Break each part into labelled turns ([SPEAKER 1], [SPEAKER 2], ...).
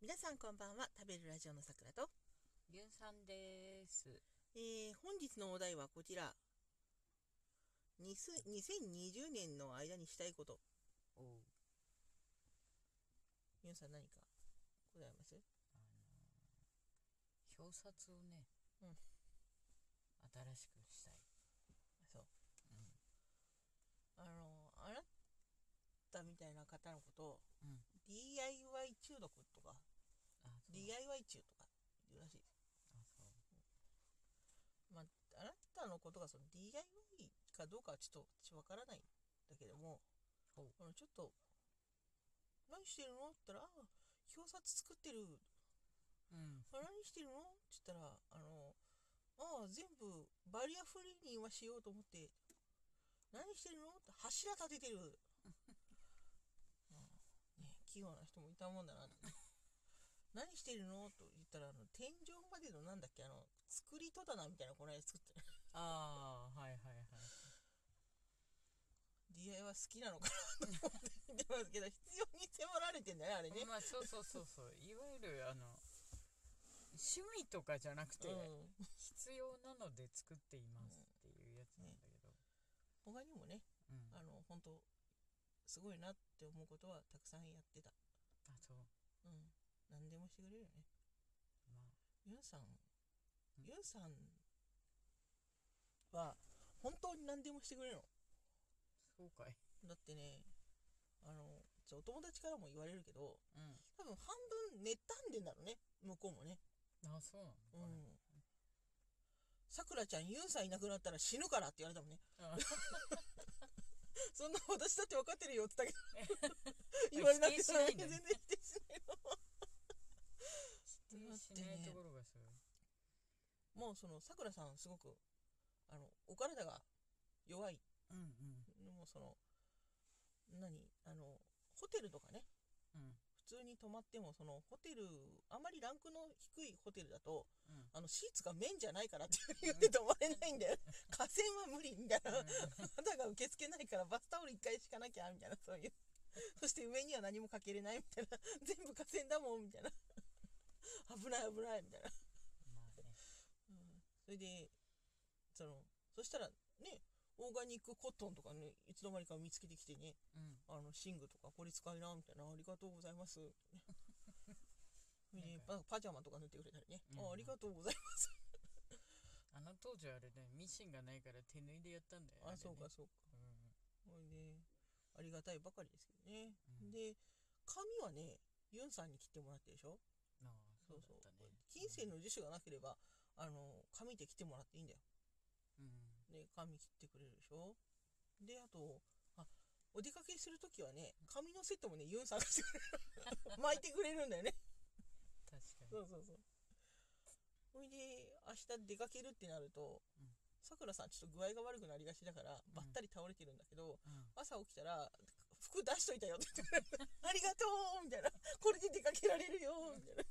[SPEAKER 1] 皆さんこんばんは食べるラジオのさくらと、
[SPEAKER 2] ゆんさんです。
[SPEAKER 1] えー本日のお題はこちらにす2020年の間にしたいこと
[SPEAKER 2] おう
[SPEAKER 1] 皆さん何かございます
[SPEAKER 2] 表札をね、
[SPEAKER 1] うん
[SPEAKER 2] 新しくしたい。
[SPEAKER 1] そう
[SPEAKER 2] うん。
[SPEAKER 1] あのあなたみたいな方のことを、
[SPEAKER 2] うん
[SPEAKER 1] DIY 中毒とか
[SPEAKER 2] あ、そう。
[SPEAKER 1] DIY 中とか言うらしいです
[SPEAKER 2] あ、そう。
[SPEAKER 1] まあ、あなたのことがその DIY かどうかはちょっと私わからないんだけども、
[SPEAKER 2] ほう
[SPEAKER 1] あのちょっと、何してるのって言ったら、あ表札作ってる。
[SPEAKER 2] うん。
[SPEAKER 1] あ何してるのって言ったら、あの、ああ、全部バリアフリーに今しようと思って、何してるのって柱立ててる。 まあね、器用な人もいたもんだなって。何してるのと言ったら、あの、天井までのなんだっけ、あの、作り戸棚みたいなのこの間作って
[SPEAKER 2] ああ、はいはいはい。
[SPEAKER 1] DIY は好きなのかなと思って見てますけど必要に迫られてんだよねあれね、
[SPEAKER 2] まあ、そうそうそうそう。いわゆる、あの、趣味とかじゃなくて、
[SPEAKER 1] うん
[SPEAKER 2] 必要なので作っていますっていうやつなんだけど。
[SPEAKER 1] 他にもね
[SPEAKER 2] うん。
[SPEAKER 1] あ
[SPEAKER 2] あ、
[SPEAKER 1] の本当すごいなって思うことはたくさんやってた、
[SPEAKER 2] そう。
[SPEAKER 1] うん、何でもしてくれるよね
[SPEAKER 2] まあ、
[SPEAKER 1] ユンさんユンさんは本当に何でもしてくれるの
[SPEAKER 2] そうかい。
[SPEAKER 1] だってねあのちょお友達からも言われるけど
[SPEAKER 2] うん。
[SPEAKER 1] 多分半分妬んでんだろうね向こうもね
[SPEAKER 2] あ、そうなの
[SPEAKER 1] う
[SPEAKER 2] かね
[SPEAKER 1] んさくらちゃんユンさんいなくなったら死ぬからって言われたもんね
[SPEAKER 2] あ
[SPEAKER 1] そんな私だって分かってるよってだけど言われなくても
[SPEAKER 2] 否定しないんだ
[SPEAKER 1] 全
[SPEAKER 2] ね
[SPEAKER 1] 然否定しないの
[SPEAKER 2] 否定しないところがすごい。
[SPEAKER 1] もうそのさくらさんすごくあのお体が弱い
[SPEAKER 2] うんうん。
[SPEAKER 1] もうその何あのホテルとかね
[SPEAKER 2] うん。
[SPEAKER 1] 普通に泊まってもそのホテルあまりランクの低いホテルだと
[SPEAKER 2] うん。
[SPEAKER 1] あのシーツが綿じゃないからって 言って泊まれないんだよ河川は無理みたいな肌が受け付けないからバスタオル一回敷かなきゃみたいなそういうそして上には何もかけれないみたいな全部河川だもんみたいな危ない危ないみたいな、
[SPEAKER 2] まあね。
[SPEAKER 1] うんそれでそのそしたらねオーガニックコットンとかねいつの間にか見つけてきてね
[SPEAKER 2] うん。
[SPEAKER 1] あの寝具とかこれ使いなみたいなありがとうございますねそれで
[SPEAKER 2] なんか
[SPEAKER 1] パパジャマとか塗ってくれたりね、
[SPEAKER 2] うん
[SPEAKER 1] あありがとうございます
[SPEAKER 2] あの当時はあれね、ミシンがないから手縫いでやったんだよ、
[SPEAKER 1] あ
[SPEAKER 2] れね
[SPEAKER 1] そうか。そうか
[SPEAKER 2] うん。
[SPEAKER 1] ほいでありがたいばかりですけどね、
[SPEAKER 2] うん
[SPEAKER 1] で髪はねユンさんに切ってもらってるでしょ
[SPEAKER 2] ああ、そうだったね。
[SPEAKER 1] 金銭の樹種がなければあの髪で切ってもらっていいんだよ
[SPEAKER 2] うん。
[SPEAKER 1] で髪切ってくれるでしょであとあお出かけするときはね髪のセットもねユンさんがしてくれる 巻いてくれるんだよね
[SPEAKER 2] 確かに。
[SPEAKER 1] そうそうそうほいで明日出かけるってなると
[SPEAKER 2] うん
[SPEAKER 1] さくらさんちょっと具合が悪くなりがちだからばったり倒れてるんだけど、
[SPEAKER 2] うん。
[SPEAKER 1] 朝起きたら服出しといたよって言って くれるありがとうみたいなこれで出かけられるよみたいな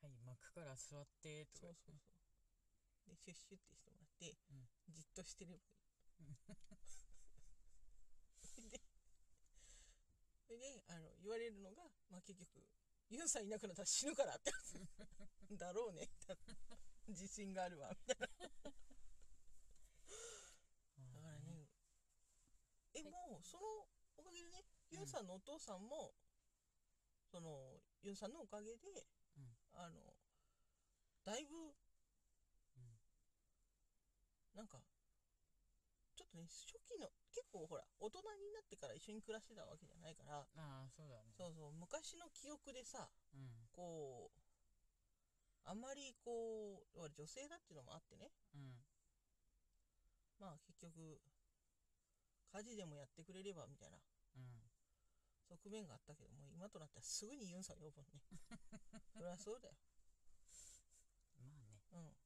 [SPEAKER 2] はい、幕から座ってと
[SPEAKER 1] そう。
[SPEAKER 2] か
[SPEAKER 1] そうそうでシュッシュってしてもらって、
[SPEAKER 2] うん
[SPEAKER 1] じっとしてれば いいでそれであの言われるのが、まあ、結局「ユンさんいなくなったら死ぬから」って だろうねみたいな自信があるわみたい
[SPEAKER 2] ま
[SPEAKER 1] なだから
[SPEAKER 2] あ
[SPEAKER 1] ねえ、
[SPEAKER 2] はい
[SPEAKER 1] もうそのおかげでねユンさんのお父さんも、そのユンさんのおかげで、
[SPEAKER 2] うん
[SPEAKER 1] あのだいぶ
[SPEAKER 2] うん
[SPEAKER 1] なんか、ちょっとね、初期の、結構ほら、大人になってから一緒に暮らしてたわけじゃないから、
[SPEAKER 2] ああ、そうだね。
[SPEAKER 1] そうそう、昔の記憶でさ、
[SPEAKER 2] うん。
[SPEAKER 1] こう、あまりこう、俺女性だっていうのもあってね、
[SPEAKER 2] うん。
[SPEAKER 1] まあ結局、家事でもやってくれればみたいな
[SPEAKER 2] うん。
[SPEAKER 1] 側面があったけども、今となってはすぐに ユンさん呼ぶのね。そりゃそうだよ。
[SPEAKER 2] まあね。
[SPEAKER 1] うん。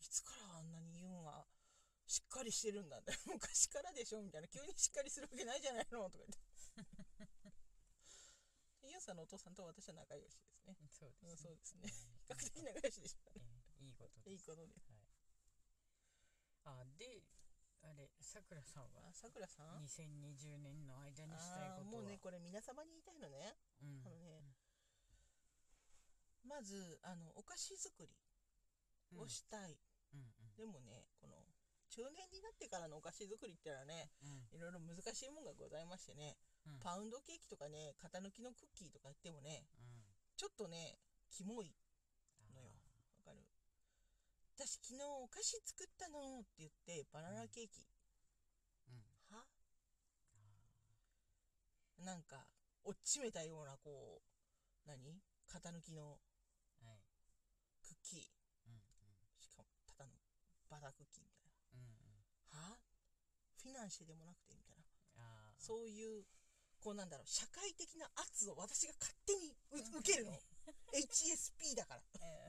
[SPEAKER 1] いつからあんなにユンは、しっかりしてるんだって、 昔からでしょみたいな、急にしっかりするわけないじゃないのとか言って。 ユンさんのお父さんと私は仲良しですね。
[SPEAKER 2] そう
[SPEAKER 1] うん、
[SPEAKER 2] です
[SPEAKER 1] そう
[SPEAKER 2] ね。
[SPEAKER 1] です
[SPEAKER 2] え
[SPEAKER 1] ね。比
[SPEAKER 2] え
[SPEAKER 1] 較的仲良しでしたね。
[SPEAKER 2] ええいいことです。
[SPEAKER 1] いいことで。
[SPEAKER 2] はい。あ、で、あれ、さくらさん
[SPEAKER 1] あ
[SPEAKER 2] は、
[SPEAKER 1] さくらさん
[SPEAKER 2] 2020年の間にしたい
[SPEAKER 1] あー
[SPEAKER 2] こと
[SPEAKER 1] も
[SPEAKER 2] は
[SPEAKER 1] うね、これ3皆様に言いたいのね
[SPEAKER 2] うん
[SPEAKER 1] あのねまずあのお菓子作りをしたい、
[SPEAKER 2] うん
[SPEAKER 1] でもねこの中年になってからのお菓子作りってのはね
[SPEAKER 2] うん
[SPEAKER 1] いろいろ難しいもんがございましてね、
[SPEAKER 2] うん
[SPEAKER 1] パウンドケーキとかね型抜きのクッキーとかやってもね
[SPEAKER 2] うん
[SPEAKER 1] ちょっとねキモいのよわかる私昨日お菓子作ったのって言ってバナナケーキ、
[SPEAKER 2] うん
[SPEAKER 1] はなんか落ちめたようなこう何型抜きの
[SPEAKER 2] はい
[SPEAKER 1] クッキー
[SPEAKER 2] うん
[SPEAKER 1] しかもただのバタークッキーみたい
[SPEAKER 2] うんうん
[SPEAKER 1] なはフィナンシェでもなくてみたいな
[SPEAKER 2] あー
[SPEAKER 1] そういうこうなんだろう社会的な圧を私が勝手にう受けるの HSP だから
[SPEAKER 2] え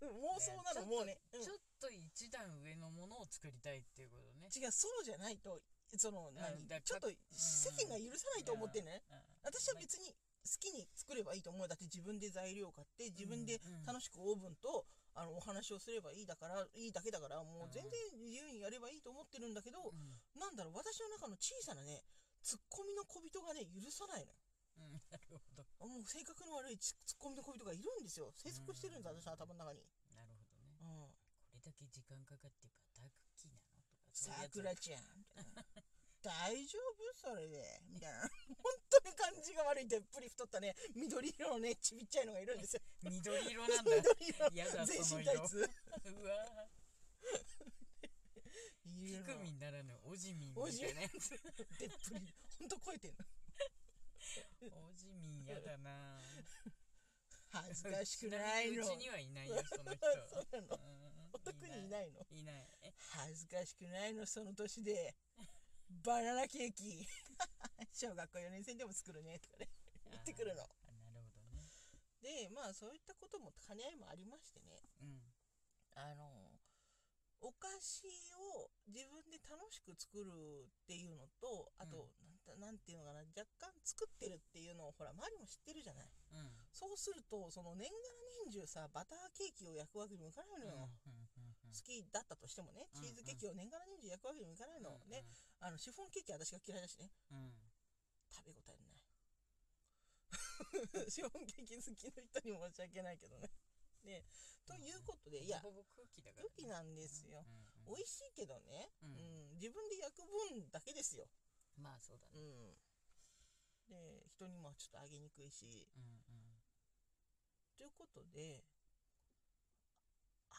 [SPEAKER 1] 妄想なの もうね、
[SPEAKER 2] ー
[SPEAKER 1] うん
[SPEAKER 2] ちょっと一段上のものを作りたいっていうことね
[SPEAKER 1] 違うそうじゃないとその何
[SPEAKER 2] だから
[SPEAKER 1] ちょっと世間が許さないと思ってね
[SPEAKER 2] うん
[SPEAKER 1] 私は別に好きに作ればいいと思うだって自分で材料買って自分で
[SPEAKER 2] うん
[SPEAKER 1] 楽しくオーブンとあのお話をすればいいだからいいだけだからもう全然自由にやればいいと思ってるんだけど
[SPEAKER 2] うん
[SPEAKER 1] なんだろう私の中の小さなねツッコミの小人がね許さないのよ
[SPEAKER 2] うんなるほど
[SPEAKER 1] あもう性格の悪いツッコミの小人がいるんですよ生息してるんです私の頭の中に、
[SPEAKER 2] なるほどね
[SPEAKER 1] うん、
[SPEAKER 2] これだけ時間かかってバタークッキーなのとかそういうやつ
[SPEAKER 1] 桜ちゃんみたいな大丈夫それでみたいな本当に感じが悪いでっぷり太ったね緑色のねちびっちゃいのがいるんですよ
[SPEAKER 2] 緑色なんだ
[SPEAKER 1] 緑色
[SPEAKER 2] やだそ
[SPEAKER 1] 全
[SPEAKER 2] の
[SPEAKER 1] 身タ
[SPEAKER 2] 色
[SPEAKER 1] イツ
[SPEAKER 2] うわ
[SPEAKER 1] い
[SPEAKER 2] ーピ
[SPEAKER 1] る
[SPEAKER 2] クミ
[SPEAKER 1] の
[SPEAKER 2] ンならぬオジミンみたいなやつ
[SPEAKER 1] でっぷり本当超えてんの
[SPEAKER 2] オジミンやだな
[SPEAKER 1] 恥ずかしくないの
[SPEAKER 2] ち
[SPEAKER 1] そ
[SPEAKER 2] みにうちにはいないよその人
[SPEAKER 1] うなの
[SPEAKER 2] 特
[SPEAKER 1] 男にいないの
[SPEAKER 2] いないえ
[SPEAKER 1] 恥ずかしくないのその年でバナナケーキ 小学校4年生でも作るねとかね言ってくるの
[SPEAKER 2] あーなるほどね
[SPEAKER 1] でまあそういったことも兼ね合いもありましてね
[SPEAKER 2] うん
[SPEAKER 1] あのお菓子を自分で楽しく作るっていうのとあと、なんたなんていうのかな若干作ってるっていうのをほら周りも知ってるじゃない
[SPEAKER 2] うん
[SPEAKER 1] そうするとその年がら年中さバターケーキを焼くわけにもいかないのよ、好きだったとしてもね
[SPEAKER 2] うん
[SPEAKER 1] チーズケーキを年がら年中焼くわけにもいかないの、ねあのシフォンケーキは私が嫌いだしね
[SPEAKER 2] うんうん
[SPEAKER 1] 食べ応え ないシフォンケーキ好きな人に申し訳ないけどねでということでいや
[SPEAKER 2] ほぼ空気だから
[SPEAKER 1] 空
[SPEAKER 2] ね
[SPEAKER 1] 気なんですよ
[SPEAKER 2] うんうん
[SPEAKER 1] 美味しいけどね、
[SPEAKER 2] う
[SPEAKER 1] うんん自分で焼く分だけですよ、
[SPEAKER 2] まあそうだ
[SPEAKER 1] う
[SPEAKER 2] ね
[SPEAKER 1] ん、で人にもちょっとあげにくいし
[SPEAKER 2] うんうん
[SPEAKER 1] ということで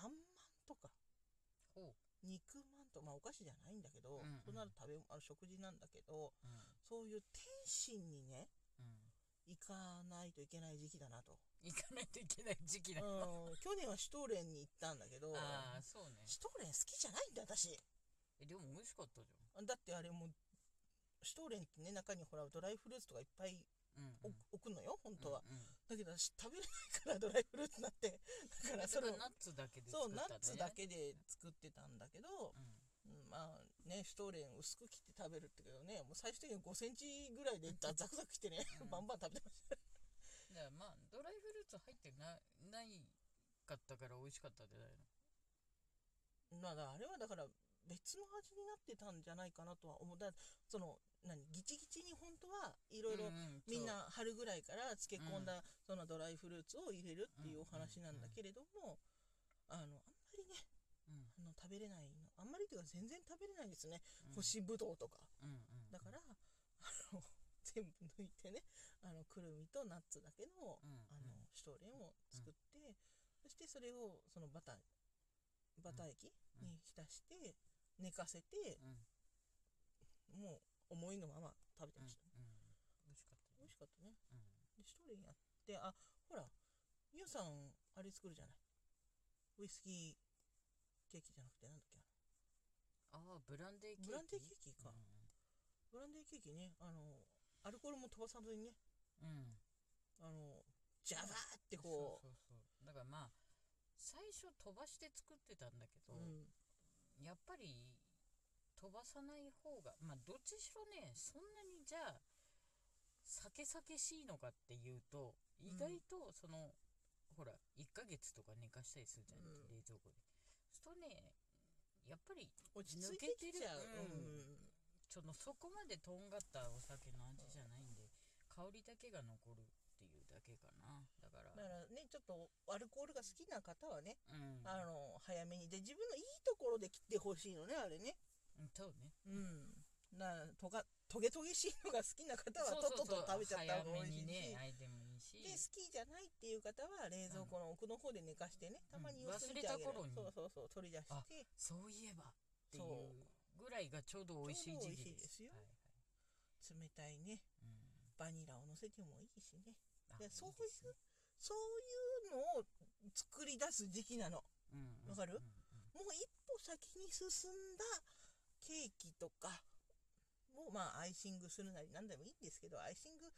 [SPEAKER 1] あんまんとか
[SPEAKER 2] ほ
[SPEAKER 1] 肉まんとまあお菓子じゃないんだけど、
[SPEAKER 2] うんうん
[SPEAKER 1] そんなの食べあの食事なんだけど
[SPEAKER 2] ううん
[SPEAKER 1] そういう天津にね
[SPEAKER 2] うん
[SPEAKER 1] 行かないといけない時期だなと、
[SPEAKER 2] 行かないといけない時期
[SPEAKER 1] う
[SPEAKER 2] だ
[SPEAKER 1] ん、去年はシュトーレンに行ったんだけど
[SPEAKER 2] ああそうね
[SPEAKER 1] シュトーレン好きじゃないんだ私
[SPEAKER 2] えでも美味しかったじ
[SPEAKER 1] だってあれもうシュトーレンってね中にほらドライフルーツとかいっぱい
[SPEAKER 2] ゃんう
[SPEAKER 1] お
[SPEAKER 2] んうん
[SPEAKER 1] 置くのよ本当は、
[SPEAKER 2] うんうん
[SPEAKER 1] だけど私食べれないからドライフルーツなんてだからそ
[SPEAKER 2] そ
[SPEAKER 1] れを
[SPEAKER 2] れがナッツだけで
[SPEAKER 1] そう
[SPEAKER 2] 作っ
[SPEAKER 1] ナッ
[SPEAKER 2] た
[SPEAKER 1] ツ
[SPEAKER 2] ん
[SPEAKER 1] だ
[SPEAKER 2] ね
[SPEAKER 1] けで作ってたんだけど、
[SPEAKER 2] うん
[SPEAKER 1] うんまあねシュトーレン薄く切って食べるってけどねもう最終的に5センチぐらいでザザクザクしてね、
[SPEAKER 2] うん
[SPEAKER 1] バンバン食べてました
[SPEAKER 2] だからまあドライフルーツ入ってなないかったから美味しかったんじゃないの
[SPEAKER 1] まあだからあれはだから別の味になってたんじゃないかなとは思うだその何ギチギチに本当はいろいろ
[SPEAKER 2] うう
[SPEAKER 1] みん
[SPEAKER 2] そう
[SPEAKER 1] な春ぐらいから漬け込んだ、そのドライフルーツを入れるっていうお話なんだけれども、あのあんまりね
[SPEAKER 2] うん
[SPEAKER 1] あの食べれないのあんまりというか全然食べれないですね、
[SPEAKER 2] うん
[SPEAKER 1] 干しぶどうとか
[SPEAKER 2] うんうん
[SPEAKER 1] だからあの全部抜いてねあのくるみとナッツだけの,、
[SPEAKER 2] うん
[SPEAKER 1] あのシュトーレンを作って、そしてそれをそのバターバター液
[SPEAKER 2] うん
[SPEAKER 1] に浸して寝かせて
[SPEAKER 2] うんうん
[SPEAKER 1] もう思いのまま食べて
[SPEAKER 2] うん
[SPEAKER 1] ました、
[SPEAKER 2] 美味しかった
[SPEAKER 1] 美
[SPEAKER 2] ね
[SPEAKER 1] 味しかったね
[SPEAKER 2] うん
[SPEAKER 1] でシュトーレンやってあほらゆうさんあれ作るじゃないウイスキーケーキじゃなくてなんだっけな
[SPEAKER 2] ああブランデーケーキ
[SPEAKER 1] ブランデーケーキか
[SPEAKER 2] う
[SPEAKER 1] ブランデーケーキね、あの、アルコールも飛ばさずにね、
[SPEAKER 2] んうんうん
[SPEAKER 1] あの、ジャバーってこう、
[SPEAKER 2] そうそうそうだからまあ最初飛ばして作ってたんだけど、
[SPEAKER 1] うん
[SPEAKER 2] やっぱり飛ばさない方がまあどっちしろねそんなにじゃあ酒々しいのかっていうと意外とその、ほら1ヶ月とか寝かしたりするじゃん、
[SPEAKER 1] うん
[SPEAKER 2] 冷蔵庫でそうするとねやっぱり
[SPEAKER 1] 落ち着いてきちゃう。
[SPEAKER 2] 抜けてるうんそのそこまでとんがったお酒の味じゃないん香りだけが残るっていうだけかなだから
[SPEAKER 1] だからねちょっとアルコールが好きな方はね、
[SPEAKER 2] うん
[SPEAKER 1] あの早めにで自分のいいところで切ってほしいのねあれね
[SPEAKER 2] うんそうね
[SPEAKER 1] うんなとがトゲトゲしいのが好きな方はとっとと食べちゃった方が美
[SPEAKER 2] 早
[SPEAKER 1] 味し
[SPEAKER 2] め
[SPEAKER 1] いし、
[SPEAKER 2] にねあえてもいいし
[SPEAKER 1] で好きじゃないっていう方は冷蔵庫の奥の方で寝かしてねたまに様子見てあげる、
[SPEAKER 2] 忘れた頃に
[SPEAKER 1] そうそうそう取り出して
[SPEAKER 2] そういえばってい
[SPEAKER 1] そう
[SPEAKER 2] うぐらいがちょうど美味しい時期です
[SPEAKER 1] ちょうど美味しいですよ
[SPEAKER 2] はいは
[SPEAKER 1] 冷
[SPEAKER 2] い
[SPEAKER 1] たいね
[SPEAKER 2] うん
[SPEAKER 1] バニラを乗せてもいいしね
[SPEAKER 2] あ
[SPEAKER 1] でそういう
[SPEAKER 2] ですね
[SPEAKER 1] そういうのを作り出す時期なの
[SPEAKER 2] うんうん
[SPEAKER 1] わかる
[SPEAKER 2] うん
[SPEAKER 1] もう一歩先に進んだケーキとかもまあアイシングするなり何でもいいんですけどアイシング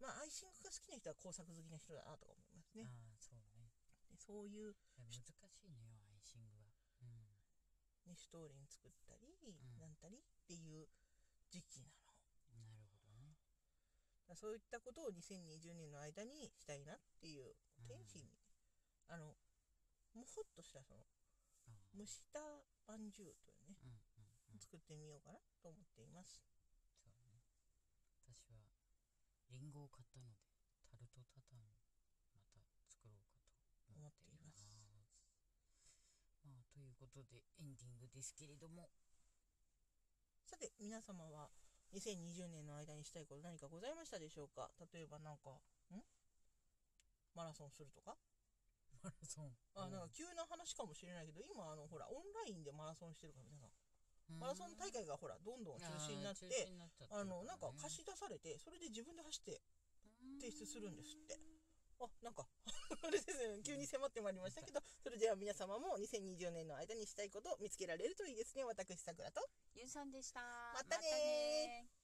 [SPEAKER 1] まあアイシングが好きな人は工作好きな人だなとか思います
[SPEAKER 2] うん
[SPEAKER 1] ね
[SPEAKER 2] ああそうね
[SPEAKER 1] でそういう、
[SPEAKER 2] 難しいのよアイシングはうん
[SPEAKER 1] ね、ストーリー作ったり、
[SPEAKER 2] ん
[SPEAKER 1] なんたりっていう時期なの
[SPEAKER 2] なるほどね
[SPEAKER 1] だからそういったことを2020年の間にしたいなっていう天使に、あのもほっとしたその
[SPEAKER 2] ああ
[SPEAKER 1] 蒸したまんじゅうというね
[SPEAKER 2] うんうんうん
[SPEAKER 1] 作ってみようかなと思っています
[SPEAKER 2] そうね私はリンゴを買ったのでタルトタタンをまた作ろうかと思っています
[SPEAKER 1] 思ってい
[SPEAKER 2] まあということでエンディングですけれ ども
[SPEAKER 1] さて皆様は2020年の間にしたいこと何かございましたでしょうか例えばなんかんマラソンするとか
[SPEAKER 2] マラソン
[SPEAKER 1] あなんか急な話かもしれないけど今あのほらオンラインでマラソンしてるから皆さん
[SPEAKER 2] うん
[SPEAKER 1] マラソン大会がほらどんどん中止になって
[SPEAKER 2] あー中止になっちゃってる
[SPEAKER 1] あのなんから
[SPEAKER 2] ね
[SPEAKER 1] 貸し出されてそれで自分で走って提出するんですってあなんか あれですね急に迫ってまいりましたけどそれでは皆様も2020年の間にしたいことを見つけられるといいですね私さくらと
[SPEAKER 2] ゆうさんでした
[SPEAKER 1] またねー
[SPEAKER 2] またねー